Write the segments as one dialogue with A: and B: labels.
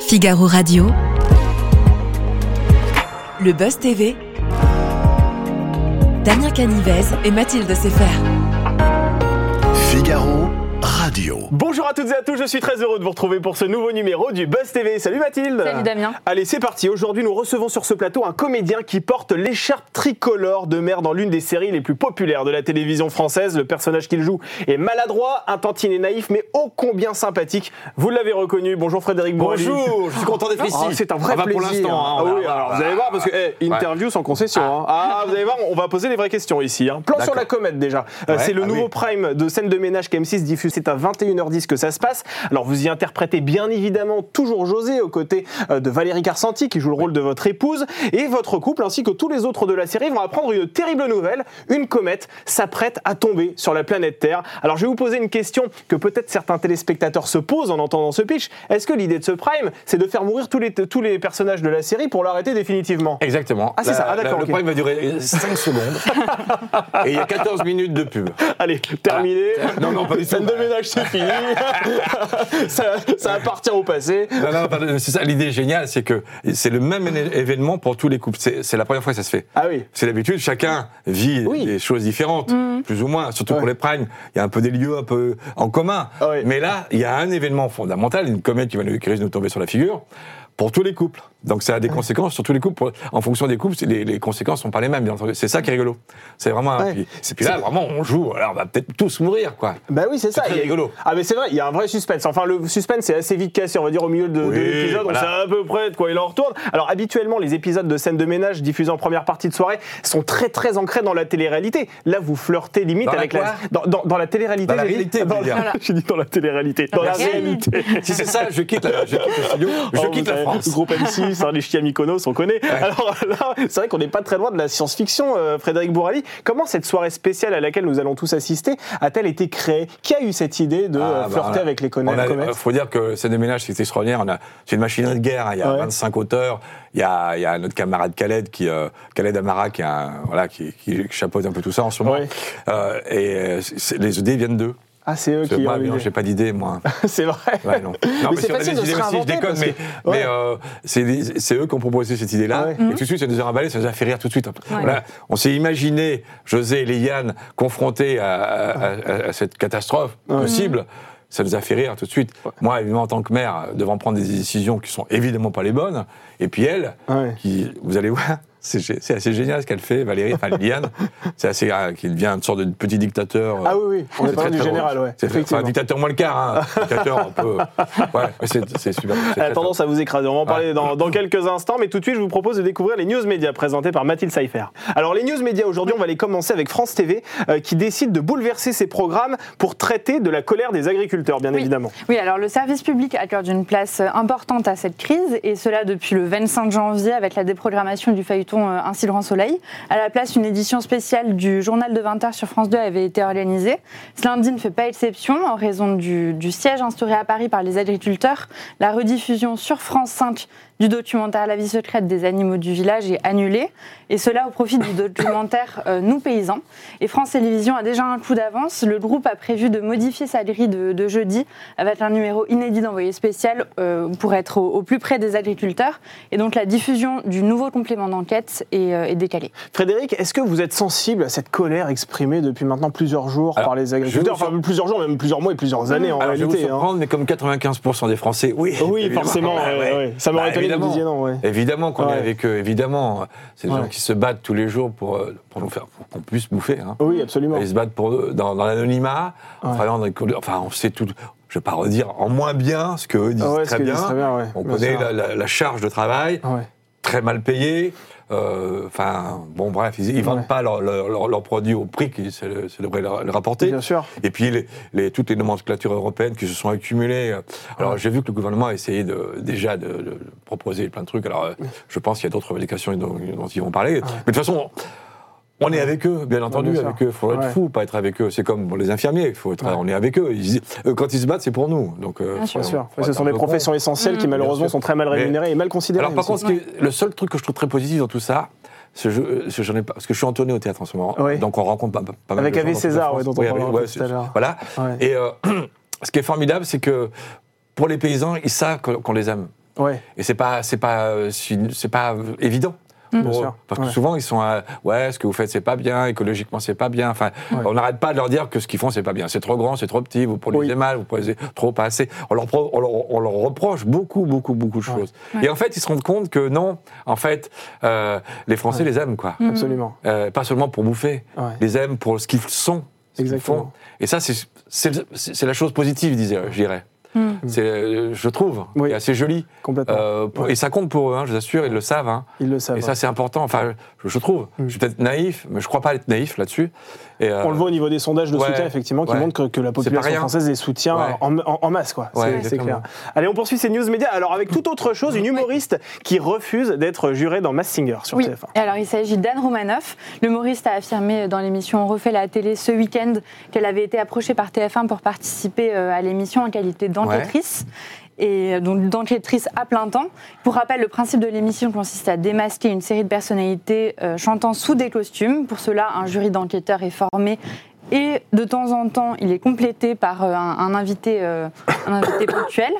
A: Figaro Radio. Le Buzz TV. Damien Canivez et Mathilde Sefer.
B: Figaro Radio.
C: Bonjour à toutes et à tous, je suis très heureux de vous retrouver pour ce nouveau numéro du Buzz TV. Salut Mathilde
D: Salut Damien.
C: Allez, c'est parti. Aujourd'hui, nous recevons sur ce plateau un comédien qui porte l'écharpe tricolore de mer dans l'une des séries les plus populaires de la télévision française. Le personnage qu'il joue est maladroit, un tantinet naïf, mais ô combien sympathique. Vous l'avez reconnu. Bonjour Frédéric Bourrelli.
E: Bonjour, je suis content d'être ici.
C: Ah, c'est un vrai
E: Ah bah,
C: plaisir.
E: Pour l'instant, hein,
C: Ah
E: on
C: oui,
E: va-
C: alors, vous allez voir parce que eh, interview sans concession. hein. Ah, vous allez voir, on va poser les vraies questions ici. hein. Plan sur
E: D'accord.
C: la comète déjà. Euh,
E: Ouais,
C: c'est le
E: ah
C: nouveau
E: oui.
C: prime de scène de ménage qu'M6 diffuse. C'est à 21h10 que ça se passe. Alors vous y interprétez bien évidemment toujours José aux côtés euh, de Valérie Carsanti qui joue le rôle de votre épouse et votre couple ainsi que tous les autres de la série vont apprendre une terrible nouvelle. Une comète s'apprête à tomber sur la planète Terre. Alors je vais vous poser une question que peut-être certains téléspectateurs se posent en entendant ce pitch. Est-ce que l'idée de ce prime, c'est de faire mourir tous les, tous les personnages de la série pour l'arrêter définitivement
E: Exactement.
C: Ah, c'est
E: La-
C: ça. Ah,
E: la-
C: d'accord,
E: Le
C: ok.
E: prime va durer 5 secondes. Et il y a 14 minutes de pub.
C: Allez, terminé.
E: Non, non, pas du tout.
C: Scène de ménage, c'est fini. ça, ça appartient au passé.
E: Non, non, pardon, c'est ça. L'idée géniale, c'est que c'est le même éné- événement pour tous les couples. C'est c'est la première fois que ça se fait.
C: Ah oui.
E: C'est l'habitude, chacun vit
C: Oui.
E: des choses différentes, plus ou moins, surtout
C: Ouais.
E: pour les primes. Il y a un peu des lieux un peu en commun.
C: Ah oui.
E: Mais là, il y a un événement fondamental, une comète qui, va nous, qui risque de nous tomber sur la figure, pour tous les couples. Donc ça a des conséquences sur tous les couples. Pour- En fonction des couples, c'est- les, les conséquences sont pas les mêmes, bien entendu. C'est ça qui est rigolo. C'est vraiment. un-
C: Ouais.
E: Puis, et puis là,
C: C'est-
E: vraiment, on joue. Alors on va peut-être tous mourir, quoi.
C: Bah oui, c'est ça.
E: très
C: Il y a-
E: rigolo.
C: Ah, mais c'est vrai, il y a un vrai suspense. Enfin, le suspense c'est assez vite cassé, on va dire, au milieu de, de
E: Oui,
C: l'épisode.
E: voilà.
C: On sait à peu près de quoi il en retourne. Alors, habituellement, les épisodes de scènes de ménage diffusés en première partie de soirée sont très, très ancrés dans la télé-réalité. Là, vous flirtez limite
E: Dans la
C: avec
E: quoi
C: la. Dans, dans- dans la télé-réalité.
E: Dans la
C: j'ai dit. Dans
E: réalité, vous voulez
C: la-
E: dire.
C: J'ai dit dans la télé-réalité. Dans la
D: la réalité.
C: réalité.
E: Si c'est ça, je quitte, la, je quitte le studio, je
C: Oh,
E: quitte
C: vous
E: la
C: savez,
E: France.
C: Groupe M6, hein, les chiens Mykonos, on connaît. Alors là, c'est vrai qu'on n'est pas très loin de la science-fiction, euh, Frédéric Bourali. Comment cette soirée spéciale à laquelle nous allons tous assister a-t-elle été créée Qui a eu cette idée de euh,
E: Ah, bah,
C: flirter
E: on a-
C: avec les
E: on a-
C: conna- comètes
E: euh, faut dire que scène de ménage, c'est extraordinaire. On a, c'est une machinerie de guerre. hein. Il y a
C: Ouais.
E: 25 auteurs. Il y a, il y a notre camarade Khaled, qui, euh, Khaled Amara, qui, est un- voilà, qui, qui chapeaute un peu tout ça en ce moment.
C: Ouais.
E: Euh, et euh, c'est- les idées viennent d'eux.
C: Ah, c'est eux
E: Parce que
C: qui
E: moi,
C: ont eu
E: non,
C: l'idée.
E: j'ai pas d'idées, moi.
C: C'est vrai.
E: Ouais, non. Non,
C: mais
E: si
C: c'est
E: on a
C: facile
E: des
C: de se
E: idées aussi,
C: réinventer.
E: je déconne,
C: parce
E: mais,
C: que-
E: mais,
C: Ouais.
E: euh, c'est des- c'est eux qui ont proposé cette idée-là.
C: Ah ouais.
E: Et tout de suite, ça nous a emballé, ça nous a fait rire tout de suite.
D: Ouais.
E: Voilà, on s'est imaginé José et Léane confrontés à, à- à- à cette catastrophe possible. Ça nous a fait rire tout de suite. Moi, évidemment, en tant que maire, euh, devant prendre des décisions qui sont évidemment pas les bonnes. Et puis elle,
C: Ouais.
E: qui, vous allez voir, c'est gé- c'est assez génial ce qu'elle fait, Valérie, enfin Léane. C'est assez, euh, qui devient une sorte de petit dictateur. euh,
C: Ah oui, oui, on
E: c'est
C: est pas loin
E: très,
C: du
E: très
C: général,
E: drôle.
C: ouais.
E: C'est- enfin,
C: Effectivement.
E: dictateur moins le quart, hein. dictateur un peu. Ouais, mais c'est c'est super. c'est
C: Elle a
E: très
C: tendance à Euh, vous écraser. On va en parler
E: Ah.
C: dans, dans quelques instants, mais tout de suite, je vous propose de découvrir les news médias présentés par Mathilde Seifer. Alors, les news médias aujourd'hui, on va les commencer avec France TV, euh, qui décide de bouleverser ses programmes pour traiter de la colère des agriculteurs, bien
D: Oui.
C: évidemment.
D: Oui, alors le service public accorde une place euh, importante à cette crise, et cela depuis le 25 janvier avec la déprogrammation du feuilleton euh, Ainsi le grand soleil. À la place, une édition spéciale du journal de 20h sur France 2 avait été organisée. Ce lundi ne fait pas exception en raison du, du siège instauré à Paris par les agriculteurs. La rediffusion sur France 5 du documentaire La vie secrète des animaux du village est annulée, et cela au profit du documentaire euh, Nous paysans. Et France Télévisions a déjà un coup d'avance. Le groupe a prévu de modifier sa grille de, de jeudi avec un numéro inédit d'envoyé spécial euh, pour être au, au plus près des agriculteurs. Et donc la diffusion du nouveau complément d'enquête est, euh, est décalée.
C: Frédéric, est-ce que vous êtes sensible à cette colère exprimée depuis maintenant plusieurs jours
E: Alors,
C: par les agriculteurs
E: je vais vous
C: Enfin, plusieurs jours, même plusieurs mois et plusieurs années en
E: Alors, je vais vous
C: réalité. hein.
E: surprendre, mais comme 95% des Français, oui.
C: Oui,
E: évidemment.
C: forcément,
E: Ouais,
C: ouais,
E: ouais.
C: ouais. ça m'aurait
E: Bah,
C: étonné que vous
E: évidemment.
C: disiez non. ouais.
E: Évidemment qu'on
C: Ouais.
E: est avec eux, évidemment. C'est des
C: Ouais.
E: gens qui se battent tous les jours pour, euh, pour nous faire, pour qu'on puisse bouffer. hein.
C: Oui, absolument.
E: Ils se battent pour, dans, dans l'anonymat, en
C: Ouais.
E: travaillant dans les couleurs. enfin, on sait tout, je vais pas redire en moins bien ce qu'eux disent
C: Ah ouais, ce
E: très
C: qu'ils
E: bien.
C: disent très bien, ouais.
E: On
C: Bien
E: connaît
C: sûr.
E: la, la- la charge de travail,
C: Ouais.
E: très mal payée. euh, Enfin, bon, bref, ils, ils
C: Ouais.
E: vendent pas leurs leur, leur- leurs produits au prix qui ça le- ça devrait leur, leur apporter.
C: Bien sûr.
E: Et puis les, les- toutes les nomenclatures européennes qui se sont accumulées. euh, Alors j'ai vu que le gouvernement a essayé de, déjà de, de proposer plein de trucs. Alors euh, je pense qu'il y a d'autres revendications dont, dont ils vont parler. Mais de toute façon, on est avec eux, bien entendu,
C: bien sûr.
E: avec eux. Il faut être
C: Ouais.
E: fou, pas être avec eux. C'est comme pour les infirmiers. Faut être, On est avec eux. Ils- eux, Quand ils se battent, c'est pour nous. Donc, euh,
D: Bien sûr.
C: Bien
E: faut-
C: sûr.
E: faut
C: Ce
E: être
C: sont
E: un
C: des
E: peu con.
C: professions essentielles qui malheureusement
E: sûr.
C: sont très mal
E: Mais-
C: rémunérées et mal considérées.
E: Alors par
C: aussi.
E: contre, ce qui est- le seul truc que je trouve très positif dans tout ça, c'est je- euh, c'est- j'en ai pas, parce que je suis entonné au théâtre en ce moment,
C: Ouais.
E: donc on rencontre pas, pas mal
C: Avec
E: de gens
C: Hervé
E: dans toute la
C: César,
E: France.
C: ouais, dont on
E: Oui,
C: parlera un
E: Hervé,
C: peu
E: ouais,
C: tout à
E: c'est-
C: l'heure.
E: Voilà.
C: Ouais.
E: Et euh, ce qui est formidable, c'est que pour les paysans, ils savent qu'on qu'on les aime.
C: Ouais.
E: Et c'est pas, c'est pas, euh, si- c'est pas euh, évident.
D: Mm.
E: pour
C: Bien
E: eux.
C: sûr,
E: Parce
C: ouais.
E: que souvent ils sont à ouais ce que vous faites c'est pas bien écologiquement c'est pas bien enfin
C: Ouais.
E: on n'arrête pas de leur dire que ce qu'ils font c'est pas bien c'est trop grand c'est trop petit vous produisez
C: Oui.
E: mal vous produisez trop pas assez on leur, pro- on leur, on leur reproche beaucoup beaucoup beaucoup de
C: Ouais.
E: choses
D: Ouais.
E: et en fait ils se rendent compte que non en fait euh, les Français les aiment quoi
D: Mm.
C: Absolument.
E: Euh, pas seulement pour bouffer
C: Ouais.
E: les aiment pour ce qu'ils sont ce qu'ils
C: Exactement.
E: font. et ça c'est c'est c'est la chose positive disais je dirais
D: Mm.
E: c'est euh, je trouve
C: Oui.
E: et assez joli
C: Complètement.
E: Euh, pour-
C: Ouais.
E: et ça compte pour eux hein, je vous assure ils le savent hein.
C: Ils le savent.
E: Et ça, c'est important. Enfin, je, je trouve.
C: Mm.
E: Je suis peut-être naïf, mais je crois pas être naïf là-dessus. Et, euh,
C: On le voit au niveau des sondages de
E: ouais,
C: soutien, effectivement, qui
E: ouais.
C: montrent que, que la
E: pas
C: population
E: rien.
C: française les soutient
E: Ouais.
C: en, en- en masse, quoi.
E: Ouais,
C: C'est- c'est clair.
E: exactement.
C: Allez, on poursuit ces news médias. Alors, avec toute autre chose, une humoriste qui refuse d'être jurée dans Mass Singer sur
D: Oui,
C: TF1.
D: Et alors il s'agit d'Anne Romanoff. L'humoriste a affirmé dans l'émission On refait la télé ce week-end qu'elle avait été approchée par TF1 pour participer euh, à l'émission en qualité d'enquêtrice. Et euh, donc d'enquêtrice à plein temps. Pour rappel, le principe de l'émission consiste à démasquer une série de personnalités euh, chantant sous des costumes. Pour cela, un jury d'enquêteurs est formé et de temps en temps, il est complété par euh, un, un invité, euh, un invité ponctuel.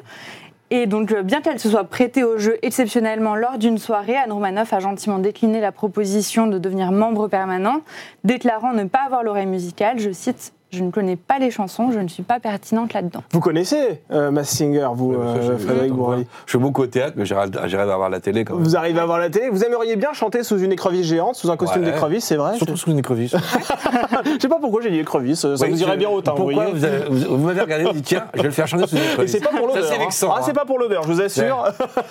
D: Et donc, euh, bien qu'elle se soit prêtée au jeu exceptionnellement lors d'une soirée, Anne Romanoff a gentiment décliné la proposition de devenir membre permanent, déclarant ne pas avoir l'oreille musicale. Je cite Je ne connais pas les chansons, je ne suis pas pertinente là-dedans.
C: Vous connaissez euh, Mass Singer, vous,
E: ouais, mais ça,
C: euh,
E: je-
C: Frédéric
E: je-
C: Bourrelli
E: Je suis beaucoup au théâtre, mais j'arrive à avoir la télé quand même.
C: Vous arrivez à voir la télé Vous aimeriez bien chanter sous une écrevisse géante, sous un costume
E: Ouais.
C: d'écrevisse, c'est vrai
E: Surtout sous une écrevisse.
C: Je sais pas pourquoi j'ai dit écrevisse, euh, ça
E: Oui,
C: vous irait
E: je-
C: bien au teint, vous
E: Pourquoi
C: voyez
E: vous, avez- vous- vous m'avez regardé et dit tiens, je vais le faire chanter sous une
C: Et
E: écrevisse.
C: c'est pas pour l'odeur.
E: Ça, c'est
C: hein.
E: vexant.
C: Ah, c'est
E: hein.
C: pas pour l'odeur, je vous assure.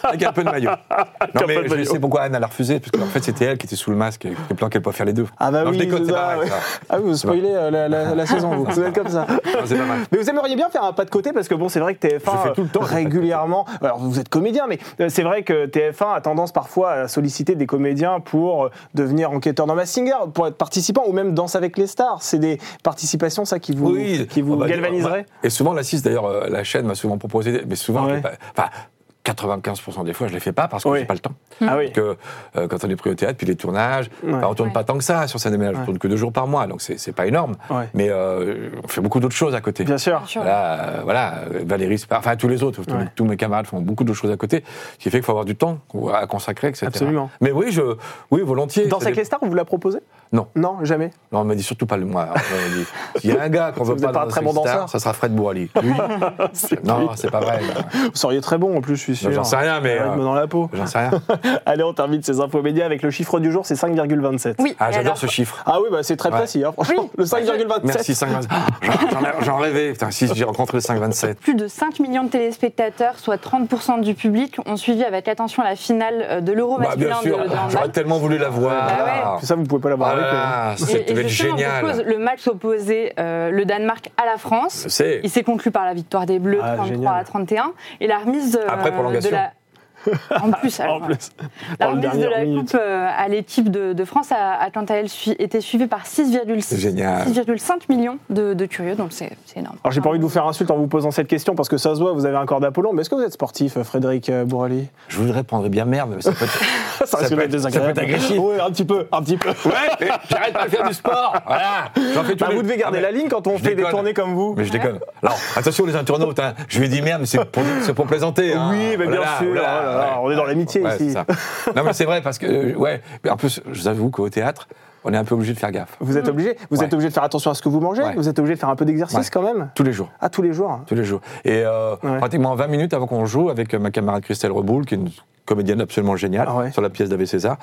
E: Avec un peu de maillot.
C: peu
E: Non,
C: de
E: mais je
C: maillot.
E: sais pourquoi Anne a refusé, parce qu'en fait, c'était elle qui était sous le masque et le plan qu'elle pouvait faire les deux.
C: Ah bah
E: non,
C: oui,
E: je déconne,
C: c'est
E: c'est
C: ça,
E: pas
C: ouais.
E: vrai.
C: Ah oui, vous spoilez euh, la, la- la saison, vous. Vous êtes comme ça.
E: Non, c'est pas mal.
C: Mais vous aimeriez bien faire un pas de côté parce que bon, c'est vrai que TF1
E: Je fais tout le
C: euh,
E: temps, des pas de
C: régulièrement. Alors vous êtes comédien, mais euh, c'est vrai que TF1 a tendance parfois à solliciter des comédiens pour euh, devenir enquêteur dans Mass Singer, pour être participant ou même Danse avec les stars. C'est des participations ça qui vous
E: oui.
C: qui vous
E: On va dire,
C: galvaniserait.
E: bah, Et souvent, la 6, d'ailleurs, euh, la chaîne m'a souvent proposé, mais souvent, je
C: Ouais.
E: l'ai pas- enfin, 95% des fois, je ne les fais pas parce que
C: Oui.
E: j'ai pas le temps.
C: Ah oui.
E: bah, que euh, quand on est pris au théâtre, puis les tournages,
C: Ouais.
E: enfin, on tourne
D: Ouais.
E: pas tant que ça sur scène des ménages,
C: Ouais.
E: on tourne que deux jours par mois, donc c'est c'est pas énorme.
C: Ouais.
E: Mais euh, on fait beaucoup d'autres choses à côté.
C: Bien sûr.
E: Voilà, euh, voilà, euh, Valérie, c'est pas- enfin tous les autres, tous,
C: Ouais.
E: tous mes camarades font beaucoup d'autres choses à côté, ce qui fait qu'il faut avoir du temps à consacrer, etc.
C: Absolument.
E: Mais oui, je, oui, volontiers.
C: Danse
E: Ça
C: avec
E: dé-
C: les stars, vous la proposez
E: Non.
C: Non, jamais.
E: Non, on m'a dit surtout pas le moi. hein, On m'a dit, S'il y a un gars qu'on
C: Vous
E: veut
C: êtes
E: pas
C: pas un
E: dans
C: très bon
E: Rockstar,
C: danseur
E: ça sera Fred Bourali. Lui, non, c'est pas vrai.
C: Vous seriez très bon en plus, je suis sûr.
E: Non, J'en sais rien, mais
C: Rythme
E: euh,
C: dans la peau.
E: j'en sais rien.
C: Allez, on termine ces infos médias avec le chiffre du jour, c'est 5,27.
D: Oui,
E: Ah,
D: et
E: j'adore
D: alors-
E: ce chiffre.
C: Ah oui, bah c'est très
E: Ouais.
C: précis, hein, franchement.
D: Oui.
C: Le 5,27.
E: Merci 5,27. J'en- j'en ai- J'en rêvais. Putain, si j'ai rencontré le 5,27.
D: Plus de 5 millions de téléspectateurs, soit 30% du public, ont suivi avec attention la finale euh, de l'Euro
E: Bah, bien
D: masculin de,
E: sûr,
D: de handball.
E: j'aurais tellement voulu la voir.
D: Bah ouais.
E: Ah,
C: Ça, vous pouvez pas l'avoir
E: ah
C: avec.
E: là
C: euh,
E: là, ça
D: Et- et
E: devait être
D: justement, pour cause,
E: génial.
D: le match opposait euh, le Danemark à la France.
E: Je sais.
D: Il s'est conclu par la victoire des Bleus
C: Ah,
D: 33
C: génial.
D: à 31 et la remise euh,
E: Après prolongation.
D: de la en plus,
C: euh,
D: alors,
C: en plus.
D: la
C: Oh, le
D: remise de
C: dernier
D: la
C: minute.
D: coupe euh, à l'équipe de, de France a, a quant à elle sui- été suivie par 6,6
E: C'est génial.
D: 6,5 millions de, de curieux, donc c'est c'est énorme.
C: Alors, j'ai pas envie de vous faire insulte en vous posant cette question parce que ça se voit, vous avez un corps d'Apollon, mais est-ce que vous êtes sportif, euh, Frédéric euh, Bourrelli
E: Je vous le répondrai bien merde, mais ça peut être.
C: Ça, risque
E: peut
C: d'être
E: être-
C: désagréable.
E: ça peut être agressif.
C: Oui, un petit peu, un petit peu.
E: Ouais, mais j'arrête pas de faire du sport. Voilà. J'en fais tous
C: Bah,
E: les-
C: vous devez garder
E: Ah,
C: la
E: mais-
C: ligne quand on
E: je
C: fait des
E: déconne.
C: tournées comme vous.
E: Mais je déconne. Alors, attention les internautes, hein. je lui ai dit merde, mais c'est pour, c'est pour plaisanter. hein.
C: Oui, mais
E: Oh là
C: bien
E: là,
C: sûr,
E: oh là
C: oh
E: là,
C: là là, on est dans l'amitié
E: Ouais,
C: ici.
E: c'est ça. Non, mais c'est vrai, parce que, euh, ouais, mais en plus, je vous avoue qu'au théâtre, on est un peu obligé de faire gaffe.
C: Vous êtes obligé, vous
E: Ouais.
C: êtes obligé de faire attention à ce que vous mangez,
E: Ouais.
C: vous êtes obligé de faire un peu d'exercice
E: Ouais.
C: quand même.
E: Tous les jours.
C: À tous les jours.
E: Tous les jours. Et euh,
C: Ouais.
E: pratiquement 20 minutes avant qu'on joue, avec euh, ma camarade Christelle Reboul, qui est une comédienne absolument géniale,
C: Ah ouais.
E: sur la pièce d'Ave César,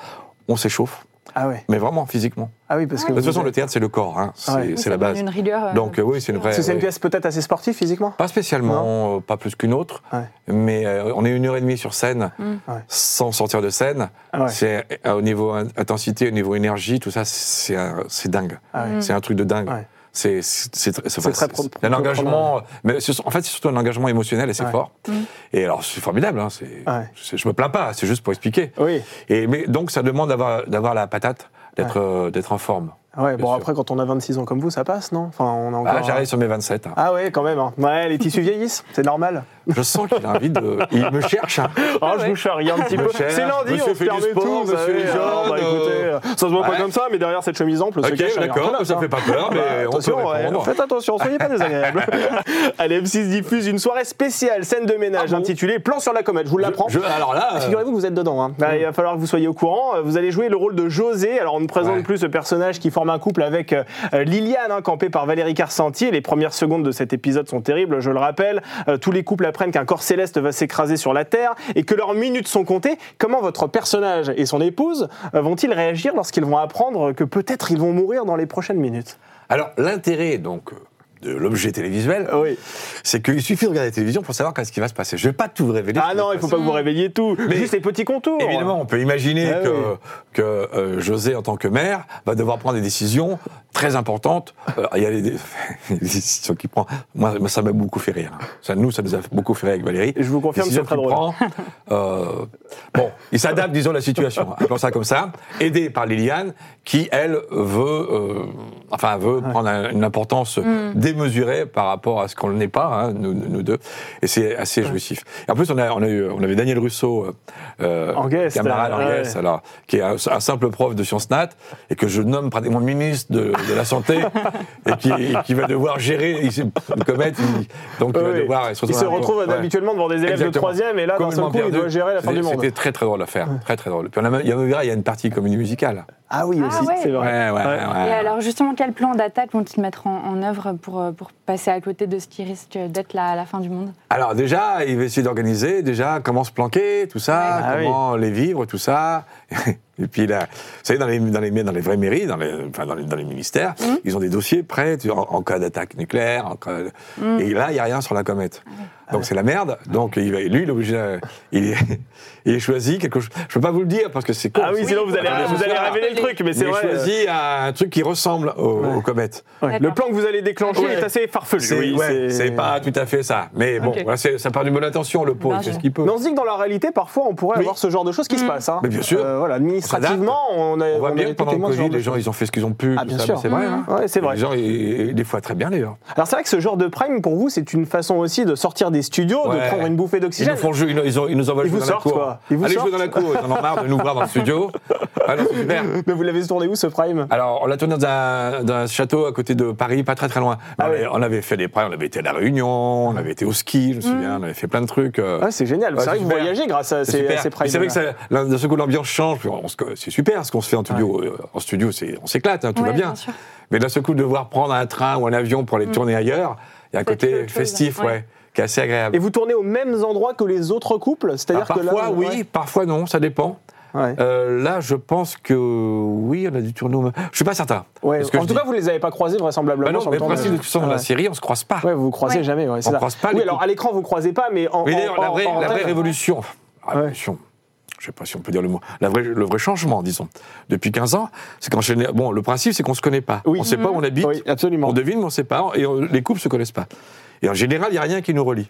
E: on s'échauffe,
C: Ah ouais.
E: mais vraiment physiquement.
C: Ah oui, parce que.
E: De toute
C: vous
E: façon,
C: êtes-
E: le théâtre, c'est le corps, hein. c'est
C: Ah ouais.
E: c'est
D: Oui, ça
E: la
D: donne
E: base.
D: Une rigueur, euh,
E: Donc, euh, oui, c'est une vraie.
C: Parce que c'est une
E: oui.
C: pièce peut-être assez sportive physiquement.
E: Pas spécialement, euh, pas plus qu'une autre,
C: Ouais.
E: mais euh, on est une heure et demie sur scène,
C: Ouais.
E: sans sortir de scène.
C: Ah ouais.
E: C'est euh, au niveau in- intensité, au niveau énergie, tout ça, c'est un- c'est dingue.
C: Ah ouais.
E: C'est un truc de dingue.
C: Ouais.
E: C'est c'est- c'est tr- c'est-
C: C'est
E: enfin,
C: très
E: c'est-
C: pro-
E: c'est un
C: pro-
E: engagement, mais c'est- en fait c'est surtout un engagement émotionnel et c'est
C: Ouais.
E: fort. Et alors c'est formidable, hein, c'est-
C: Ouais.
E: c'est- je me plains pas, c'est juste pour expliquer.
C: Oui.
E: Et mais donc ça demande d'avoir d'avoir la patate, d'être euh, d'être en forme.
C: Ouais, bon,
E: sûr.
C: après, quand on a 26 ans comme vous, ça passe, non Enfin, on a
E: Ah,
C: encore.
E: J'arrive sur mes 27. hein.
C: Ah ouais, quand même. hein. Ouais, les tissus vieillissent, c'est normal.
E: Je sens qu'il a envie de. Il me cherche. hein.
C: Ah, je vous charrie un petit
E: Me
C: peu.
E: cherche,
C: C'est lundi,
E: monsieur
C: on se
E: fait du
C: permet
E: sport,
C: tout. vous
E: monsieur
C: savez,
E: est jeune,
C: ah, bah, écoutez,
E: euh,
C: ça se voit pas
E: ouais.
C: comme ça, mais derrière cette chemise ample,
E: Ok,
C: se cache un
E: d'accord,
C: cartonnage,
E: ça
C: hein.
E: fait pas peur, mais
C: Bah,
E: on peut
C: attention, ouais,
E: répondre.
C: faites attention, soyez pas désagréable. Allez, M6 diffuse une soirée spéciale, scène de ménage,
E: Ah bon
C: intitulée Plan sur la comète. Je vous l'apprends.
E: Je- alors là, euh,
C: Figurez-vous que vous êtes dedans. hein. Bah, Il va falloir que vous soyez au courant. Euh, Vous allez jouer le rôle de José. Alors, on ne présente
E: Ouais.
C: plus ce personnage qui forme un couple avec euh, euh, Liliane, hein, campée par Valérie Carcentier. Les premières secondes de cet épisode sont terribles, je le rappelle. Euh, tous les couples apprennent qu'un corps céleste va s'écraser sur la Terre et que leurs minutes sont comptées. Comment votre personnage et son épouse euh, vont-ils réagir lorsqu'ils vont apprendre que peut-être ils vont mourir dans les prochaines minutes
E: alors l'intérêt donc euh, de l'objet télévisuel,
C: Oui.
E: c'est qu'il suffit de regarder la télévision pour savoir qu'est-ce qui va se passer. Je vais pas tout vous révéler.
C: Ah
E: ce qui va
C: non,
E: se
C: il faut
E: passer.
C: pas que vous réveillez tout.
E: Mais-
C: Juste les petits contours.
E: Évidemment, on peut imaginer
C: Ah
E: que,
C: oui.
E: que, euh, José, en tant que maire, va devoir prendre des décisions très importantes. Euh, Il y a les, dé- les décisions qu'il prend. Moi, moi, ça m'a beaucoup fait rire. hein. Ça, nous, ça nous a beaucoup fait rire avec Valérie.
C: Je vous confirme,
E: Les décisions
C: c'est très
E: qu'il
C: drôle.
E: prend, euh, bon, il s'adapte, disons, à la situation. hein. Appelons ça comme ça. Aidé par Liliane, qui, elle, veut, euh, enfin, veut prendre un- une importance démesurée par rapport à ce qu'on n'est pas, hein, nous, nous deux. Et c'est assez jouissif. Et en plus, on, a, on, a eu- on avait Daniel Russo, euh,
C: En guest,
E: camarade en
C: ouais.
E: guest, alors, qui est un, un simple prof de sciences nat et que je nomme pratiquement ministre de, de la santé et qui, qui va devoir gérer il, sait- le comète, il- donc il va
C: Oui.
E: devoir
C: Il se retrouve
E: Ouais.
C: habituellement devant des élèves de
E: Exactement.
C: 3 et là, d'un seul
E: Complètement
C: coup, il
E: perdu.
C: doit gérer la fin du
E: C'était-
C: monde.
E: C'était très très drôle à faire, très très drôle. Puis on a même- il y a même- il y a une partie comédie musicale.
C: Ah oui,
D: Ah ouais.
C: c'est vrai.
E: ouais,
D: Et alors justement, quel plan d'attaque vont-ils mettre en, en œuvre pour, euh, pour passer à côté de ce qui risque d'être la, la fin du monde
E: Alors déjà, il va essayer d'organiser, déjà comment se planquer, tout ça,
C: Ouais. Ah
E: comment les vivre, tout ça. Et puis là, vous savez, dans les, dans les, dans les vraies mairies, dans les, enfin, dans les, dans les ministères,
C: Mmh.
E: ils ont des dossiers prêts tu- en, en cas d'attaque nucléaire. en cas de-
C: Mmh.
E: Et là, il n'y a rien sur la comète.
C: Ah
E: Donc c'est la merde. Donc il va, lui, il est obligé, de- il, est- il est choisi quelque chose. Je peux pas vous le dire parce que c'est con.
C: Ah oui, sinon vous allez,
E: Attendez,
C: vous
E: ce
C: allez
E: soir,
C: révéler le truc, mais
E: Il
C: c'est
E: est
C: vrai. euh,
E: choisi à un truc qui ressemble aux, aux comètes.
C: ouais. Le
D: D'accord.
C: plan que vous allez déclencher
D: Ouais.
C: est assez farfelu.
E: C'est
C: oui,
E: ouais, c'est pas tout à fait ça. Mais bon,
D: Ok.
E: voilà, c'est- ça part d'une bonne intention, le pauvre,
D: Ben,
E: c'est
D: je-
E: ce qu'il peut.
C: Mais on se dit que dans la réalité, parfois, on pourrait
E: Oui.
C: avoir ce genre de choses qui se
D: Mm.
C: passent. hein.
E: Mais bien sûr.
C: Euh, voilà, administrativement, on, a,
E: On voit
C: on a
E: bien
C: été
E: que pendant le
C: témoin de ce
E: Covid,
C: genre de
E: les gens,
C: choses.
E: ils ont fait ce qu'ils ont pu.
C: Ah,
E: tout
C: bien
E: ça,
C: sûr.
E: mais C'est vrai,
D: Mhm.
E: hein.
C: Ouais, c'est vrai. Ah,
E: Les gens, ils- des fois très bien d'ailleurs.
C: Alors c'est vrai que ce genre de prime pour vous c'est une façon aussi de sortir des studios, de
E: Ouais.
C: prendre une bouffée
E: Ils
C: d'oxygène.
E: nous font jouer, ils, ils ont- ils nous envoient
C: Ils
E: jouer
C: vous
E: dans la
C: sortent,
E: cour.
C: quoi. Ils vous
E: Allez
C: sortent.
E: jouer dans la cour, ils en ont marre de nous voir dans le studio. Ah non, c'est super.
C: Mais vous l'avez tourné où ce prime
E: Alors, on l'a tourné dans un, dans un château à côté de Paris, pas très très loin. Mais
C: Ah
E: on,
C: oui. Ah.
E: avait, on avait fait des prêts, on avait été à La Réunion, on avait été au ski, je me
C: Mmh.
E: souviens, on avait fait plein de trucs. euh,
C: Ouais, C'est génial.
E: Ouais,
C: c'est vrai
E: c'est
C: que vous
E: super.
C: voyagez grâce à ces,
E: super.
C: à ces primes.
E: Mais c'est vrai que ça,
C: hein.
E: là, d'un seul coup, l'ambiance change. puis on se- C'est super ce qu'on se fait en studio. euh, En studio, c'est- on s'éclate, hein, tout
D: Ouais,
E: va bien.
D: bien sûr.
E: Mais d'un seul coup, devoir prendre un train ou un avion pour aller tourner ailleurs, il y a un
D: Ça fait
E: côté
D: autre chose,
E: festif,
D: ouais.
E: ouais, qui est assez
C: Et
E: agréable.
C: vous tournez aux mêmes endroits que les autres couples,
E: Ah,
C: c'est-à-dire que là.
E: parfois,
C: vous-
E: oui, parfois, non, ça dépend.
C: Ouais.
E: Euh, là, je pense que oui, on a dû tourner. au même- Je suis pas certain.
C: Ouais,
E: Parce que
C: en
E: je
C: tout
E: dis-
C: cas, vous les avez pas croisés vraisemblablement
E: Bah non,
C: sur
E: mais
C: le
E: le principe de
C: tournage.
E: toute façon, dans la
C: Ouais.
E: série, on se croise pas.
C: Ouais, vous vous croisez
D: Ouais.
C: jamais, ouais, c'est
E: On
C: ça.
E: croise pas
C: oui,
E: les
C: alors
E: couples.
C: à l'écran vous croisez pas, mais en.
E: Mais
C: en-
E: d'ailleurs, la
C: en-
E: vraie,
C: en-
E: la vraie
C: en-
E: révolution. Ah,
C: Ouais.
E: Révolution. Je sais pas si on peut dire le mot. La vraie- le vrai changement, disons, depuis 15 ans, c'est qu'en général, bon, le principe, c'est qu'on se connaît pas.
C: Oui.
E: On sait pas où on habite.
C: Oui, absolument.
E: On devine, mais on sait pas. Et on- les couples se connaissent pas. Et en général, il y a rien qui nous relie.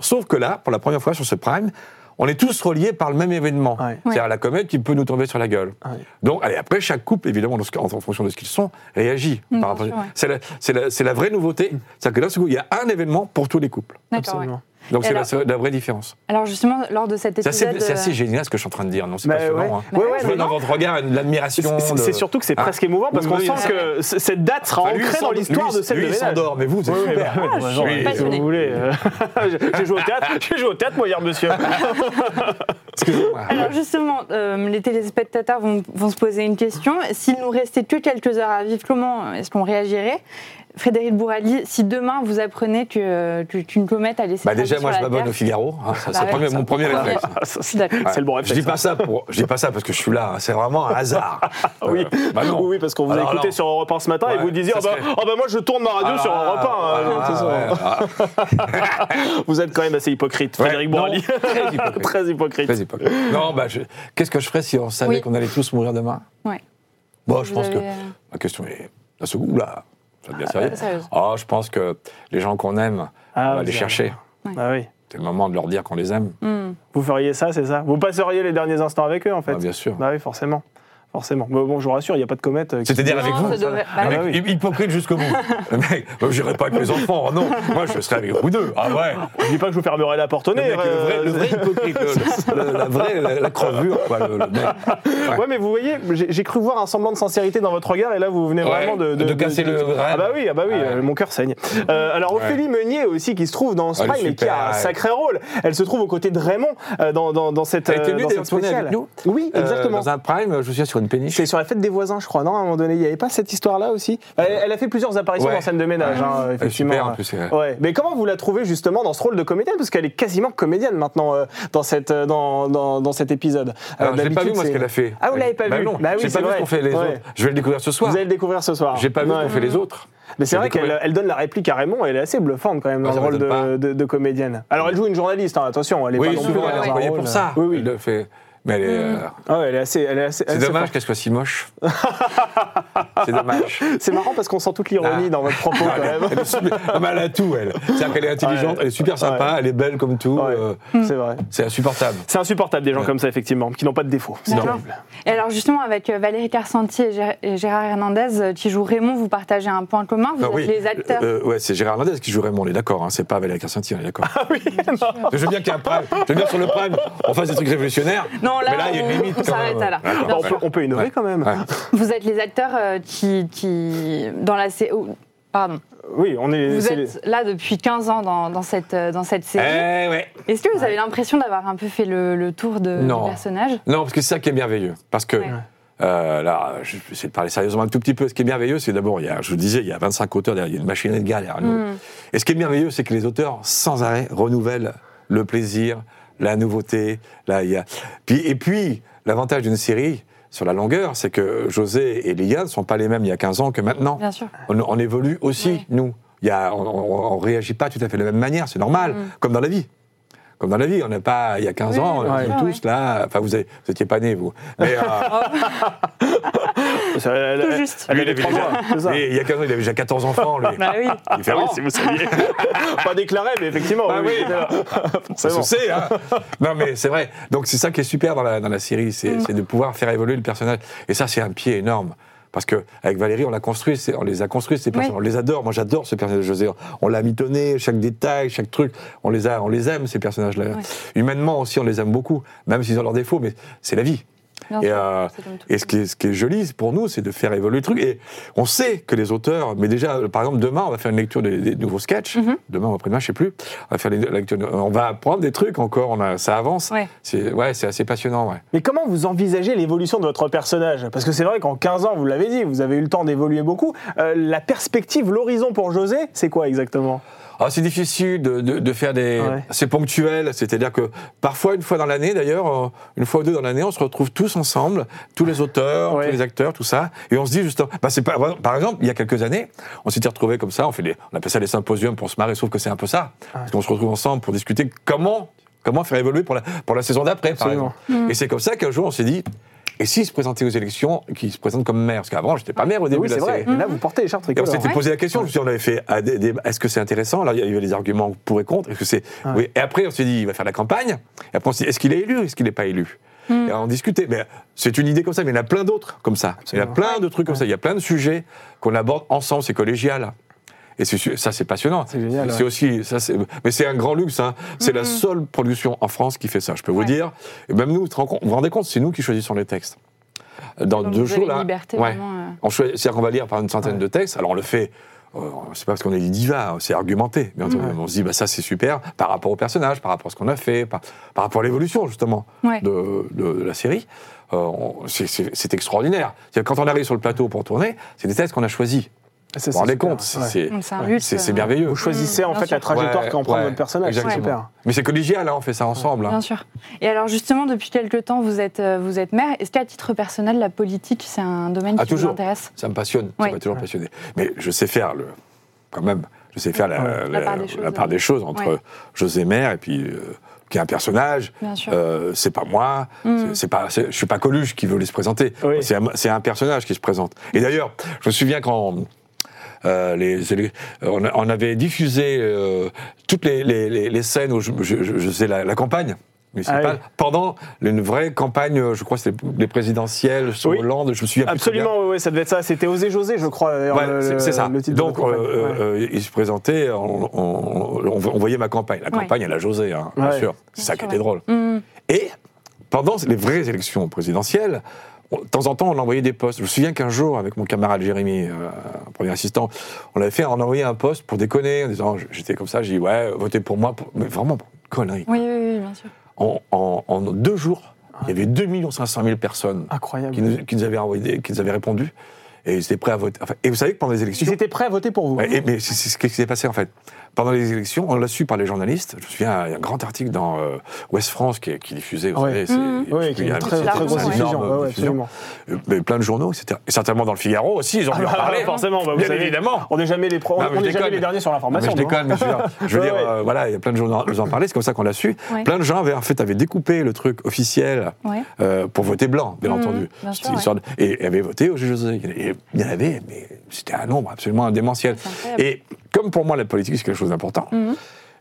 E: Sauf que là, pour la première fois sur ce prime, on est tous reliés par le même événement.
C: Ouais.
E: C'est-à-dire la comète qui peut nous tomber sur la gueule.
C: Ouais.
E: Donc, allez, après, chaque couple, évidemment, lorsque- en, en fonction de ce qu'ils sont, réagit.
D: Mm,
E: par
D: bien
E: rapport-
D: sûr, ouais.
E: C'est la, c'est la- c'est la vraie nouveauté. C'est-à-dire que là, ce coup, il y a un événement pour tous les couples.
D: D'accord. ouais.
C: Absolument.
E: Donc,
D: Et
E: c'est la,
D: alors-
E: c'est la vraie différence.
D: Alors justement, lors de cet
E: C'est assez,
D: épisode,
E: c'est
D: euh,
E: assez génial ce que je suis en train de dire, non C'est
C: Bah,
E: passionnant.
C: ouais.
E: hein.
C: Ouais,
D: Ouais,
C: ouais,
E: Je
C: mais
E: vois dans
C: non,
E: votre regard une- de l'admiration.
C: c'est-
E: de-
C: C'est surtout que c'est
E: Ah.
C: presque émouvant parce
E: Oui,
C: qu'on
E: oui,
C: sent
E: oui.
C: que c- cette date sera
E: Enfin, lui, il
C: ancrée dans
E: s'endort-
C: l'histoire
E: lui,
C: de celle
E: lui,
C: de
E: il
C: ménage.
E: s'endort, mais vous, vous êtes
C: Oui,
E: super.
C: bah, ouais,
E: suis
C: ouais, si
D: passionnée.
C: vous voulez. euh, j'ai- J'ai joué au théâtre, j'ai joué au théâtre, moi, hier, monsieur.
E: Excusez-moi.
D: Ah, Alors justement, euh, les téléspectateurs vont, vont se poser une question. S'il nous restait que quelques heures à vivre, comment est-ce qu'on réagirait Frédéric Bourali, si demain vous apprenez que- que- qu'une comète allait
E: Bah
D: s'écraser
E: déjà, moi, je
D: sur la
E: m'abonne
D: Terre-
E: au Figaro. hein, ça,
D: Bah
E: c'est
D: ouais,
E: premier-
D: ça-
E: mon premier
D: Ouais.
E: réflexe.
C: C'est
D: D'accord.
E: Ouais.
C: le bon
E: Je
C: réflexe. hein.
E: dis pas ça pour, je dis pas ça parce que je suis là. hein, C'est vraiment un hasard.
C: Oui,
E: Euh, bah non.
C: oui, oui, parce qu'on vous a
E: Alors,
C: écouté
E: alors.
C: sur Europe 1 ce matin et
E: Ouais,
C: vous disiez
E: ça
C: Ah bah,
E: serait-
C: ah bah, moi je tourne ma radio
E: Ah,
C: sur Europe 1.
E: ah,
C: hein,
E: ah,
C: ce soir.
E: ouais, ah,
C: Vous êtes quand même assez hypocrite, Frédéric
E: ouais, non,
C: Bourali.
E: Très hypocrite.
C: Très hypocrite.
E: Très hypocrite. Non, bah, je- qu'est-ce que je ferais si on savait
D: Oui.
E: qu'on allait tous mourir demain
D: Ouais.
E: Bon, je
D: Vous
E: pense que
D: avez, euh,
E: la question est à ce goût là. Ça devient sérieux.
D: sérieuse.
E: Ah, je pense que les gens qu'on aime,
C: Ah,
E: on va
C: vous
E: les
C: avez-
E: chercher.
C: Ah oui.
E: C'est le moment de leur dire qu'on les aime.
D: hmm.
C: Vous feriez ça, c'est ça Vous passeriez les derniers instants avec eux, en fait
E: Ah, bien sûr.
C: Bah oui, forcément. forcément. Mais bon, je vous rassure, il n'y a pas de comète. euh, qui-
E: C'est-à-dire
D: Non,
E: avec vous
D: ça devrait-
E: Le
D: bah
E: mec,
C: Ah, oui.
E: hy- hypocrite jusqu'au bout. Le mec, euh, j'irai pas avec les enfants, non. Moi, je serai avec vous deux. Ah ouais.
C: Je dis pas que je vous fermerai la porte au
E: Le,
C: nez.
E: mec, le vrai, le
C: euh,
E: vrai hypocrite, le- le- la vraie, la, la crevure, quoi, le, le mec. Euh,
C: Ouais. mais vous voyez, j'ai j'ai cru voir un semblant de sincérité dans votre regard, et là, vous venez
E: Ouais,
C: vraiment de,
E: de casser le rêve.
C: Ah bah oui, ah bah oui,
E: Ouais.
C: euh, mon cœur saigne. Euh, alors
E: Ouais.
C: Ophélie Meunier aussi, qui se trouve dans
E: Elle est
C: Sprite, mais qui
E: super,
C: a un
E: ouais.
C: sacré rôle. Elle se trouve aux côtés de Raymond euh, dans, dans, dans cette
E: Elle était
C: euh,
E: venue
C: dans
E: d'ailleurs
C: cette
E: tourner
C: spéciale.
E: avec nous.
C: Oui,
E: Euh,
C: exactement.
E: dans un prime, je me souviens, sur une péniche.
C: C'est sur la fête des voisins, je crois, non À un moment donné, il n'y avait pas cette histoire-là aussi elle, elle a fait plusieurs apparitions
E: Ouais.
C: dans scène de ménage,
E: Ouais.
C: hein,
E: Elle est
C: effectivement.
E: Super, en plus. c'est-
C: Ouais, mais comment vous la trouvez justement dans ce rôle de comédienne Parce qu'elle est quasiment comédienne maintenant euh, dans, cette, euh, dans, dans, dans cet épisode. Euh,
E: Alors, je l'ai pas vu,
C: d'habitude,
E: moi, ce
C: c'est-
E: qu'elle a fait.
C: Ah, vous l'avez pas
E: Bah
C: vu
E: non,
C: Bah oui,
E: j'ai
C: c'est
E: pas vu
C: vrai.
E: ce qu'ont fait les
C: Ouais.
E: autres. Je vais le découvrir ce soir.
C: Vous allez le découvrir ce soir.
E: J'ai pas vu ce
C: Ouais.
E: qu'ont fait les autres.
C: Mais c'est
E: J'ai
C: vrai
E: découvert.
C: qu'elle elle donne la réplique à Raymond et elle est assez bluffante quand même dans
E: Ah, ça
C: le rôle
E: m'étonne
C: de, de- de comédienne. Alors elle joue une journaliste, hein, attention, elle est pas
E: Oui,
C: non
E: souvent,
C: plus
E: elle
C: dans
E: est
C: un
E: employée
C: rôle,
E: pour
C: euh,
E: ça.
C: Oui, oui.
E: Elle le fait. Mais elle est,
D: Mm.
E: euh,
C: Ah ouais, elle est assez. elle est assez-
E: C'est
C: assez
E: dommage
C: forte.
E: qu'elle soit si moche. C'est dommage.
C: C'est marrant parce qu'on sent toute l'ironie
E: Ah.
C: dans votre propos quand même.
E: Elle est super- Ah, mais elle a tout, elle. C'est-à-dire qu'elle est intelligente,
C: Ouais.
E: elle est super sympa, elle est belle comme tout.
C: Ouais.
E: euh,
C: C'est vrai.
E: c'est insupportable.
C: C'est insupportable des gens
E: Ouais.
C: comme ça, effectivement, qui n'ont pas de défaut. C'est
D: D'accord.
C: horrible.
D: Et alors justement, avec euh, Valérie Carcentier et Gér- et Gérard Hernandez, euh, qui joue Raymond, vous partagez un point commun, vous
E: Ah
D: êtes
E: oui,
D: les acteurs.
E: euh, ouais, c'est Gérard Hernandez qui joue Raymond, on est d'accord, hein, c'est pas Valérie Carcenti, on est d'accord.
C: Ah
E: Je veux bien qu'il y ait un prime, je veux bien que sur le prime, on fasse des trucs révolutionnaires.
D: Non, là,
E: euh, mais là, il y a une
D: on-
E: limite.
D: on
E: quand
D: s'arrête
E: même.
D: à là.
E: D'accord,
C: Bah, on,
E: voilà.
C: peut, on peut innover
E: Ouais.
C: quand même.
E: Ouais.
D: Vous êtes les acteurs euh, qui, qui, dans la sé- oh, Pardon.
C: Oui, on est.
D: Vous
C: c'est-
D: êtes là depuis 15 ans dans, dans cette, euh, dans cette
E: Eh
D: série.
E: ouais.
D: Est-ce que vous avez l'impression d'avoir un peu fait le, le tour de,
E: Non.
D: du personnage
E: Non, parce que c'est ça qui est merveilleux. Parce que,
D: Ouais.
E: euh, là, je vais essayer de parler sérieusement un tout petit peu. Ce qui est merveilleux, c'est d'abord, il y a, je vous disais, il y a 25 auteurs, derrière, il y a une machinerie de gars derrière nous.
D: Hmm.
E: Et ce qui est merveilleux, c'est que les auteurs, sans arrêt, renouvellent le plaisir, la nouveauté. Là, il y a... puis, et puis, l'avantage d'une série, sur la longueur, c'est que José et Liane ne sont pas les mêmes il y a 15 ans que maintenant.
D: Bien sûr.
E: On, on évolue aussi,
D: Oui.
E: nous. Il y a, on- on ne réagit pas tout à fait de la même manière, c'est normal, comme dans la vie. Comme dans la vie, on n'a pas, il y a 15
D: Mm. Oui,
E: ans,
D: bien
E: on
D: sûr,
E: était tous là, enfin vous n'étiez pas nés, vous. Mais, euh,
C: Ah c'est- elle-
D: Tout
C: elle-
D: juste.
C: Elle
E: Lui,
C: avait
E: il
C: trois
E: avait
C: mois, c'est ça.
E: mais il y a 15 ans, il avait déjà 14 enfants, lui.
D: Bah oui.
C: Ah oui,
E: Différent.
C: si vous saviez. pas déclaré, mais effectivement.
E: Bah oui.
C: c'était là.
E: Ça se
C: Forcément.
E: sait, hein Non, mais c'est vrai. Donc, c'est ça qui est super dans la, dans la série, c'est c'est de pouvoir faire évoluer le personnage. Et ça, c'est un pied énorme. Parce que avec Valérie, on l'a construit, c'est- on les a construits ces personnages, on les adore. Moi, j'adore ce personnage de José. On l'a mitonné, chaque détail, chaque truc, on les a, on les aime ces personnages-là. Humainement aussi, on les aime beaucoup, même s'ils ont leurs défauts, mais c'est la vie.
D: Bien
E: Et,
D: sûr,
E: euh,
D: c'est comme tout.
E: et ce qui, est, ce qui est joli pour nous, c'est de faire évoluer le truc. Et on sait que les auteurs, mais déjà, euh, par exemple, demain, on va faire une lecture des, des nouveaux sketchs. Demain ou après-demain, je sais plus. On va faire les- la lecture. On va apprendre des trucs encore. On a, ça avance.
D: Ouais.
E: C'est ouais, c'est assez passionnant. Ouais.
C: Mais comment vous envisagez l'évolution de votre personnage Parce que c'est vrai qu'en 15 ans, vous l'avez dit, vous avez eu le temps d'évoluer beaucoup. Euh, la perspective, l'horizon pour José, c'est quoi exactement
E: Alors, Ah, c'est difficile de, de- de faire des.
C: Ouais.
E: C'est ponctuel. C'est-à-dire que parfois, une fois dans l'année, d'ailleurs, euh, une fois ou deux dans l'année, on se retrouve tous ensemble, tous les auteurs,
C: Ouais.
E: tous les acteurs, tout ça, et on se dit justement. Bah, c'est pas. Par exemple, il y a quelques années, on s'était retrouvés comme ça. On fait des, on appelle ça les symposiums pour se marrer. Sauf que c'est un peu ça, parce qu'on se retrouve ensemble pour discuter comment comment faire évoluer pour la pour la saison d'après, par
C: Absolument.
E: exemple. Et c'est comme ça qu'un jour, on s'est dit. Et s'il se présentait aux élections, qu'il se présente comme maire, parce qu'avant, j'étais pas maire au début
C: Oui,
E: de
C: c'est
E: la série.
C: vrai. Et là, vous portez les chartes
E: Et on
C: tricolores.
E: s'était
D: Ouais.
E: posé la question, je me suis dit, on avait fait, ah, des- des- est-ce que c'est intéressant Là, il y avait les arguments pour et contre. Est-ce que c'est oui. Et après, on s'est dit, il va faire la campagne. Et après, on s'est dit, est-ce qu'il est élu Est-ce qu'il n'est pas élu
D: Hmm.
E: Et on discutait. Mais c'est une idée comme ça, mais il y en a plein d'autres comme ça. Il y a plein de trucs comme ça. Il y a plein de sujets qu'on aborde ensemble, c'est collégial. Et c'est su- ça, c'est passionnant.
C: C'est génial, ouais.
E: aussi, ça, c'est- mais c'est un grand luxe. hein. C'est la seule production en France qui fait ça. Je peux vous
D: Hmm. Ouais.
E: dire. Et même nous, vous te rends compte- vous vous rendez compte, c'est nous qui choisissons les textes. Dans
D: Donc, vous
E: deux
D: avez
E: jours
D: une
E: là,
D: liberté
E: ouais.
D: vraiment, euh,
E: On choisit- C'est-à-dire qu'on va lire par une centaine de textes. Alors on le fait, euh, c'est pas parce qu'on est des divas, hein, c'est argumenté. Mais on, on se dit, bah, ça c'est super par rapport au personnage, par rapport à ce qu'on a fait, par, par rapport à l'évolution justement
D: euh, Ouais.
E: de, de- de la série. Euh, on- c'est- c'est c'est extraordinaire. C'est-à-dire que quand on arrive sur le plateau pour tourner, c'est des textes qu'on a choisis.
C: Ça,
E: Vous
C: c'est
E: vous rendez
C: super,
E: compte c'est-
C: ouais.
E: c'est-
D: Donc, c'est un
E: ouais,
D: luxe,
E: C'est c'est
D: euh,
E: merveilleux.
C: Vous choisissez en
D: Mmh. Bien
C: fait
D: sûr.
C: la trajectoire
E: Ouais,
C: qu'en prend
E: ouais,
C: votre personnage. C'est
E: exactement.
C: super.
E: Mais c'est collégial, hein, on fait ça ensemble. hein.
D: Bien sûr. Et alors justement, depuis quelques temps, vous êtes, euh, vous êtes maire. Est-ce qu'à titre personnel, la politique, c'est un domaine
E: Ah,
D: qui vous
E: toujours.
D: intéresse
E: Ça me passionne,
D: Ouais.
E: ça m'a toujours passionné. Mais je sais faire, le, quand même, je sais faire la, la- la part, des
D: choses.
E: choses entre
D: Ouais.
E: José Maire et puis. euh, qui est un personnage,
D: Bien sûr. Mm.
E: euh, c'est pas moi, c'est- c'est pas, c'est- je suis pas Coluche qui veut les se présenter,
C: Oui.
E: c'est un, c'est un personnage qui se présente. Et d'ailleurs, je me souviens quand euh, les, élé- on, a- on avait diffusé euh, toutes les, les- les- les scènes où je, je- je- je faisais la, la campagne. municipales
C: Ah oui.
E: pendant une vraie campagne, euh, je crois, que c'était les présidentielles sur
C: Oui.
E: Hollande, je me souviens plus très bien.
C: Absolument, oui, ça devait être ça. C'était Osé José, je crois. d'ailleurs,
E: Ouais,
C: le-
E: c'est-
C: le-
E: c'est ça.
C: le titre de
E: Donc,
C: la campagne.
E: euh,
C: Ouais.
E: euh, il se présentait, on, on- on- on voyait ma campagne. La
D: Ouais.
E: campagne, elle a José, hein, bien
C: Ouais.
E: sûr. C'est ça qui
D: sûr,
E: était
D: ouais.
E: drôle.
D: Hmm.
E: Et pendant les vraies élections présidentielles, on- de temps en temps, on envoyait des postes. Je me souviens qu'un jour, avec mon camarade Jérémy, euh, un premier assistant, on avait fait, on envoyait un poste pour déconner, en disant, j'étais comme ça, j'ai dit, ouais, votez pour moi, pour- mais vraiment pour une connerie.
D: Oui, oui, oui, bien sûr.
E: En, en- en deux jours, il y avait 2 500 000 personnes
C: Incroyable.
E: qui nous, qui nous avaient envoyé, des- qui nous avaient répondu, et ils étaient prêts à voter. Enfin, et vous savez que pendant les élections,
C: Ils étaient prêts à voter pour vous.
E: Ouais, et- mais c'est c'est ce qui s'est passé en fait. Pendant les élections, on l'a su par les journalistes. Je me souviens, il y a un grand article dans euh, Ouest France qui, qui diffusait. Vous
C: Ouais.
E: savez, c'est-
D: Mhm.
E: je sais
C: Oui,
E: plus,
C: qui
E: il
C: est
E: y a
C: une
E: un
C: très,
E: petit-
C: très
E: c'est
C: grosse
E: une
C: diffusion.
E: énorme
C: Ouais, ouais,
E: diffusion.
C: absolument.
E: Euh, mais plein de journaux, etc. Et certainement dans le Figaro aussi, ils ont dû en
C: Ah bah,
E: parler.
C: forcément, bah, vous
E: Bien
C: savez,
E: évidemment.
C: On n'est jamais les pro-
E: Non, mais
C: on
E: Bah, je
C: n'est jamais
E: déconne.
C: les derniers sur
E: Non, mais
C: l'information.
E: je
C: non
E: déconne, mais je veux dire, je veux
C: Ouais,
E: dire,
C: ouais.
E: euh, voilà, il y a plein de journaux qui nous en parlaient, c'est comme ça qu'on l'a su.
D: Ouais.
E: Plein de gens avaient en fait avaient découpé le truc officiel
D: Ouais.
E: euh, pour voter blanc, bien
D: Mhm,
E: entendu.
D: bien sûr,
E: C'était une sorte de- et, et avaient voté au José. Il y en avait, mais c'était un nombre absolument démentiel.
D: C'est incroyable.
E: Et comme pour moi la politique c'est quelque chose d'important,
D: Mhm.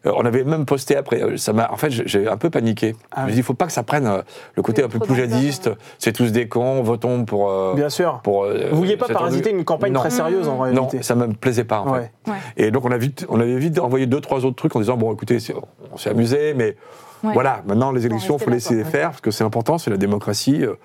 E: euh, on avait même posté après. euh, Ça m'a, en fait, j'ai- j'ai un peu paniqué.
C: Ah
E: je me
C: oui.
E: dis, il faut pas que ça prenne euh, le côté
D: Oui,
E: un peu
D: trop
E: poujadiste. C'est tous des cons, votons pour. euh,
C: Bien sûr.
E: pour euh,
C: Vous vouliez pas
E: cet endu-
C: parasiter une campagne
E: Non.
C: très sérieuse en
E: Non,
C: réalité.
E: ça me plaisait pas. En
C: Ouais.
E: fait.
D: Ouais.
E: Et donc on a vite, on avait vite envoyé deux trois autres trucs en disant bon écoutez, c'est- on s'est amusé, mais
D: Ouais.
E: voilà, maintenant les élections,
D: rester
E: faut
D: là,
E: laisser
D: quoi.
E: les faire parce que c'est important, c'est la démocratie. euh,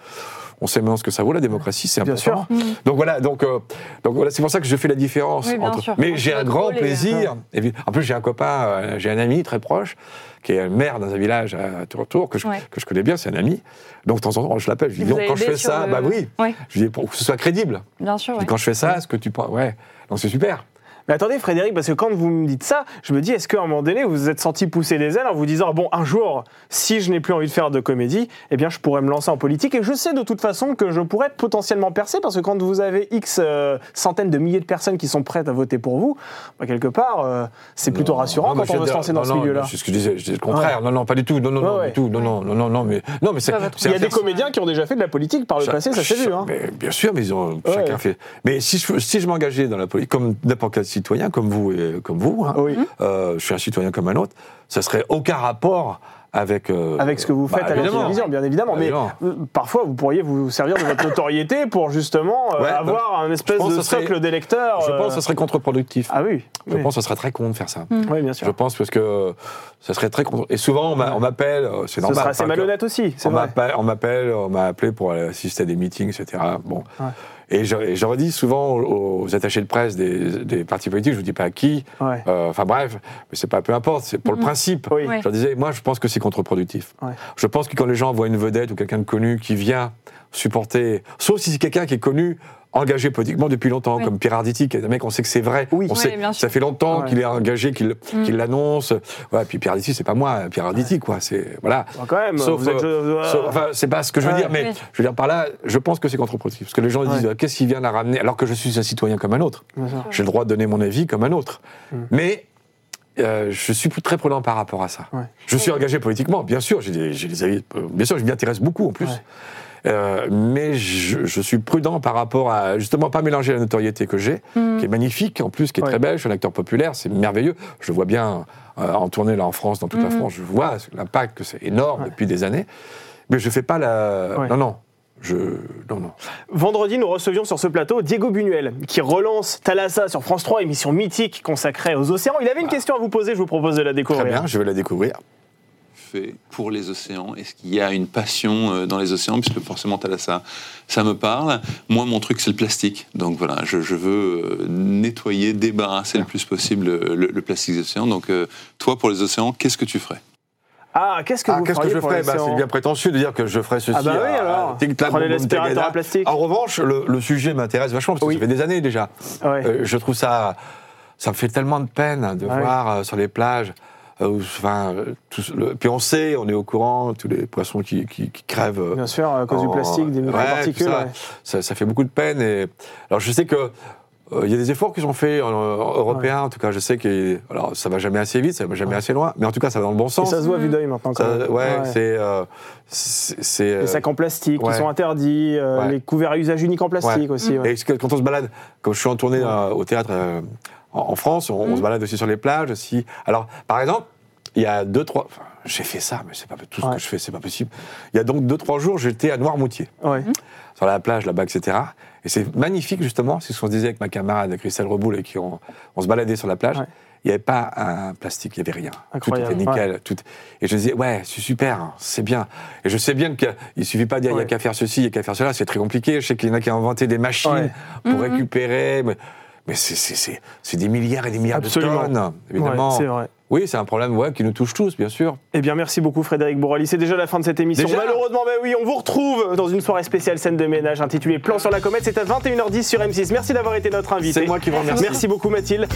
E: On sait maintenant ce que ça vaut la démocratie, c'est
C: Bien
E: important. Donc voilà, donc euh, donc voilà, c'est pour ça que je fais la différence.
D: Oui, bien
E: entre-
D: sûr.
E: Mais
D: Entre
E: j'ai
D: le
E: un grand
D: drôle et-
E: plaisir. et puis, En plus, j'ai un copain, euh, j'ai un ami très proche qui est maire dans un village à Tour Tour que je,
D: Ouais.
E: que je connais bien, c'est un ami. Donc de temps en temps, je l'appelle, je lui dis
D: Vous
E: donc
D: avez
E: quand je
D: aidé
E: fais
D: sur
E: ça,
D: le-
E: bah oui,
D: Ouais.
E: je lui dis pour que ce soit crédible.
D: Bien sûr,
E: Je
D: ouais.
E: dis, quand je fais ça, est-ce que tu penses Ouais. Donc c'est super.
C: Mais attendez, Frédéric, parce que quand vous me dites ça, je me dis, est-ce qu'à un moment donné, vous vous êtes senti pousser les ailes en vous disant, bon, un jour, si je n'ai plus envie de faire de comédie, eh bien, je pourrais me lancer en politique. Et je sais de toute façon que je pourrais être potentiellement percé, parce que quand vous avez X euh, centaines de milliers de personnes qui sont prêtes à voter pour vous, bah, quelque part, euh, c'est plutôt
E: Non,
C: rassurant
E: non, mais
C: quand on
E: je-
C: veut se lancer dans
E: non,
C: ce
E: non,
C: milieu-là.
E: C'est ce que je disais, je disais le contraire. Non, non, pas du tout. Non, non,
C: Ouais,
E: non,
C: ouais.
E: du tout. Non, non, non, non, non, mais non, mais c'est.
D: Pas votre
E: c'est
C: Il y a
E: un-
C: des
D: personne.
C: comédiens qui ont déjà fait de la politique par le
E: Cha-
C: passé, ça s'est
E: cha-
C: vu. Hein.
E: mais bien sûr, mais ils ont, chacun
C: ouais.
E: fait. Mais si je, si je m'engageais dans la politique, comme n'importe quel citoyen, comme vous, et, comme vous hein,
C: Oui.
E: euh, je suis un citoyen comme un autre, ça serait aucun rapport avec. euh,
C: Avec ce que vous
E: bah,
C: faites à la
E: évidemment.
C: télévision, bien évidemment. Mais
E: Évidemment.
C: euh, parfois, vous pourriez vous servir de votre notoriété pour justement euh,
E: Ouais, bah,
C: avoir un espèce
E: pense
C: de
E: que ce serait-
C: socle d'électeurs.
E: Je
C: euh,
E: pense que ce serait contre-productif.
C: Ah oui,
E: Je
C: oui. Hmm.
E: pense que ce serait très con de faire ça.
C: Oui, bien sûr.
E: Je pense parce que ça serait très contre. Et souvent, on m'a- on m'appelle, euh, c'est
C: Ce
E: normal.
C: sera assez
E: enfin, que-
C: malhonnête aussi, c'est
E: On
C: vrai.
E: m'appelle, on m'appelle, on m'a appelé pour aller assister à des meetings, etc. Bon.
C: Ouais.
E: Et je, et je redis souvent aux, aux attachés de presse des, des partis politiques, je ne dis pas à qui,
C: Ouais.
E: euh, enfin bref, mais c'est pas peu importe, c'est pour le principe.
C: Oui.
D: Ouais.
E: Je leur disais, moi je pense que c'est contre-productif.
C: Ouais.
E: Je pense que quand les gens voient une vedette ou quelqu'un de connu qui vient supporter, sauf si c'est quelqu'un qui est connu, engagé politiquement depuis longtemps,
D: Oui.
E: comme Pirarditi, qui est un mec, on sait que c'est vrai.
C: Oui.
E: on
D: Oui,
E: sait,
D: bien sûr.
E: ça fait longtemps
C: Ouais. Mm.
E: qu'il est engagé, qu'il qu'il l'annonce. Ouais, puis Pirarditi, c'est pas moi, Pirarditi, quoi. C'est, voilà.
C: Bon, quand même,
E: Sauf,
C: vous êtes-
E: euh, sauf- enfin, c'est pas ce que je veux
C: Ouais.
E: dire, mais
D: Oui.
E: je veux dire par là, je pense que c'est contre-productif. Parce que les gens disent,
C: Ouais.
E: euh, qu'est-ce qu'il vient la ramener Alors que je suis un citoyen comme un autre.
C: Bien sûr.
E: J'ai le droit de donner mon avis comme un autre.
C: Hmm.
E: Mais euh, je suis plus très prudent par rapport à ça.
C: Ouais.
E: Je suis engagé politiquement, bien sûr, j'ai des, j'ai des avis. euh, Bien sûr, je m'y intéresse beaucoup en plus.
C: Ouais.
E: Euh, mais je, je suis prudent par rapport à justement pas mélanger la notoriété que j'ai, qui est magnifique en plus, qui est
C: Ouais.
E: très belle. Je suis un acteur populaire, c'est merveilleux. Je vois bien euh, en tournée là en France, dans toute la France, je vois l'impact que c'est énorme depuis des années. Mais je fais pas la.
C: Ouais.
E: Non, non. Je... Non, non.
C: Vendredi, nous recevions sur ce plateau Diego Buñuel, qui relance Thalassa sur France 3, émission mythique consacrée aux océans. Il avait une question à vous poser, je vous propose de la
E: Bah. Très
C: découvrir.
E: bien, je vais la découvrir.
B: fait pour les océans Est-ce qu'il y a une passion euh, dans les océans Puisque forcément, Thalassa, ça me parle. Moi, mon truc, c'est le plastique. Donc voilà, je, je veux euh, nettoyer, débarrasser le plus possible euh, le, le plastique des océans. Donc euh, toi, pour les océans, qu'est-ce que tu ferais
C: Ah, qu'est-ce que
E: Ah,
C: vous
E: qu'est-ce que
C: feriez
E: je
C: pour
E: ferais Bah,
C: l'océan
E: C'est bien prétentieux de dire que je ferais ceci. euh,
C: Ah bah oui,
E: à-
C: alors.
E: à tic-tac,
C: Prenez
E: boum, boum,
C: l'aspirateur
E: tagada.
C: à plastique.
E: En revanche, le, le sujet m'intéresse vachement parce que
C: Oui.
E: ça fait des années déjà.
C: Ouais.
E: Euh, je trouve ça, ça me fait tellement de peine de
C: Ah oui.
E: voir euh, sur les plages. euh, où- enfin, euh, tout ce- le- puis on sait, on est au courant, tous les poissons qui, qui- qui crèvent. euh,
C: Bien sûr, à cause du
E: en-
C: plastique, des
E: Ouais,
C: microparticules.
E: tout ça,
C: ouais.
E: ça, ça fait beaucoup de peine. Et, alors je sais que euh, il y a des efforts qu'ils ont faits euh, européens. En tout cas, je sais que alors ça va jamais assez vite, ça va jamais assez loin, mais en tout cas, ça va dans le bon
C: Et
E: sens.
C: ça se voit à vue d'œil maintenant. quand
E: Ça,
C: même.
E: ouais,
C: Ouais.
E: c'est. euh, c'est- c'est, euh,
C: Les sacs en plastique
E: ouais.
C: qui sont interdits, euh,
E: Ouais.
C: les couverts à usage unique en plastique
E: Ouais.
C: aussi. ouais.
E: et parce que quand on se balade, comme je suis en tournée euh, au théâtre euh,
C: Mm-hmm.
E: en, en France, on, on se balade aussi sur les plages. Aussi. Alors, par exemple, il y a deux, trois. enfin, j'ai fait ça, mais c'est pas tout ce
C: Ouais.
E: que je fais, c'est pas possible. Il y a donc deux trois jours, j'étais à Noirmoutier,
C: Ouais.
E: sur la plage là-bas, etc. Et c'est magnifique justement, c'est ce qu'on se disait avec ma camarade Christelle Reboul et qui on, on se baladait sur la plage.
C: Ouais.
E: Il n'y avait pas un plastique, il n'y avait rien.
C: Incroyable.
E: Tout était nickel. Tout... Et je disais, ouais, c'est super, hein, c'est bien. Et je sais bien qu'il ne suffit pas de dire, il
C: Ouais.
E: n'y a qu'à faire ceci, il n'y a qu'à faire cela, c'est très compliqué. Je sais qu'il y en a qui ont inventé des machines
C: Ouais.
E: pour récupérer. Mais, mais c'est- c'est- c'est c'est des milliards et des milliards
C: Absolument.
E: de tonnes,
C: Ouais,
E: évidemment.
C: c'est vrai.
E: oui, c'est un problème ouais, qui nous touche tous, bien sûr.
C: Eh bien, merci beaucoup Frédéric Bourali. C'est déjà la fin de cette émission.
E: Déjà
C: Malheureusement, bah oui, on vous retrouve dans une soirée spéciale scène de ménage intitulée Plan sur la comète. C'est à 21h10 sur M6. Merci d'avoir été notre invité.
E: C'est moi qui vous remercie.
C: Merci beaucoup Mathilde.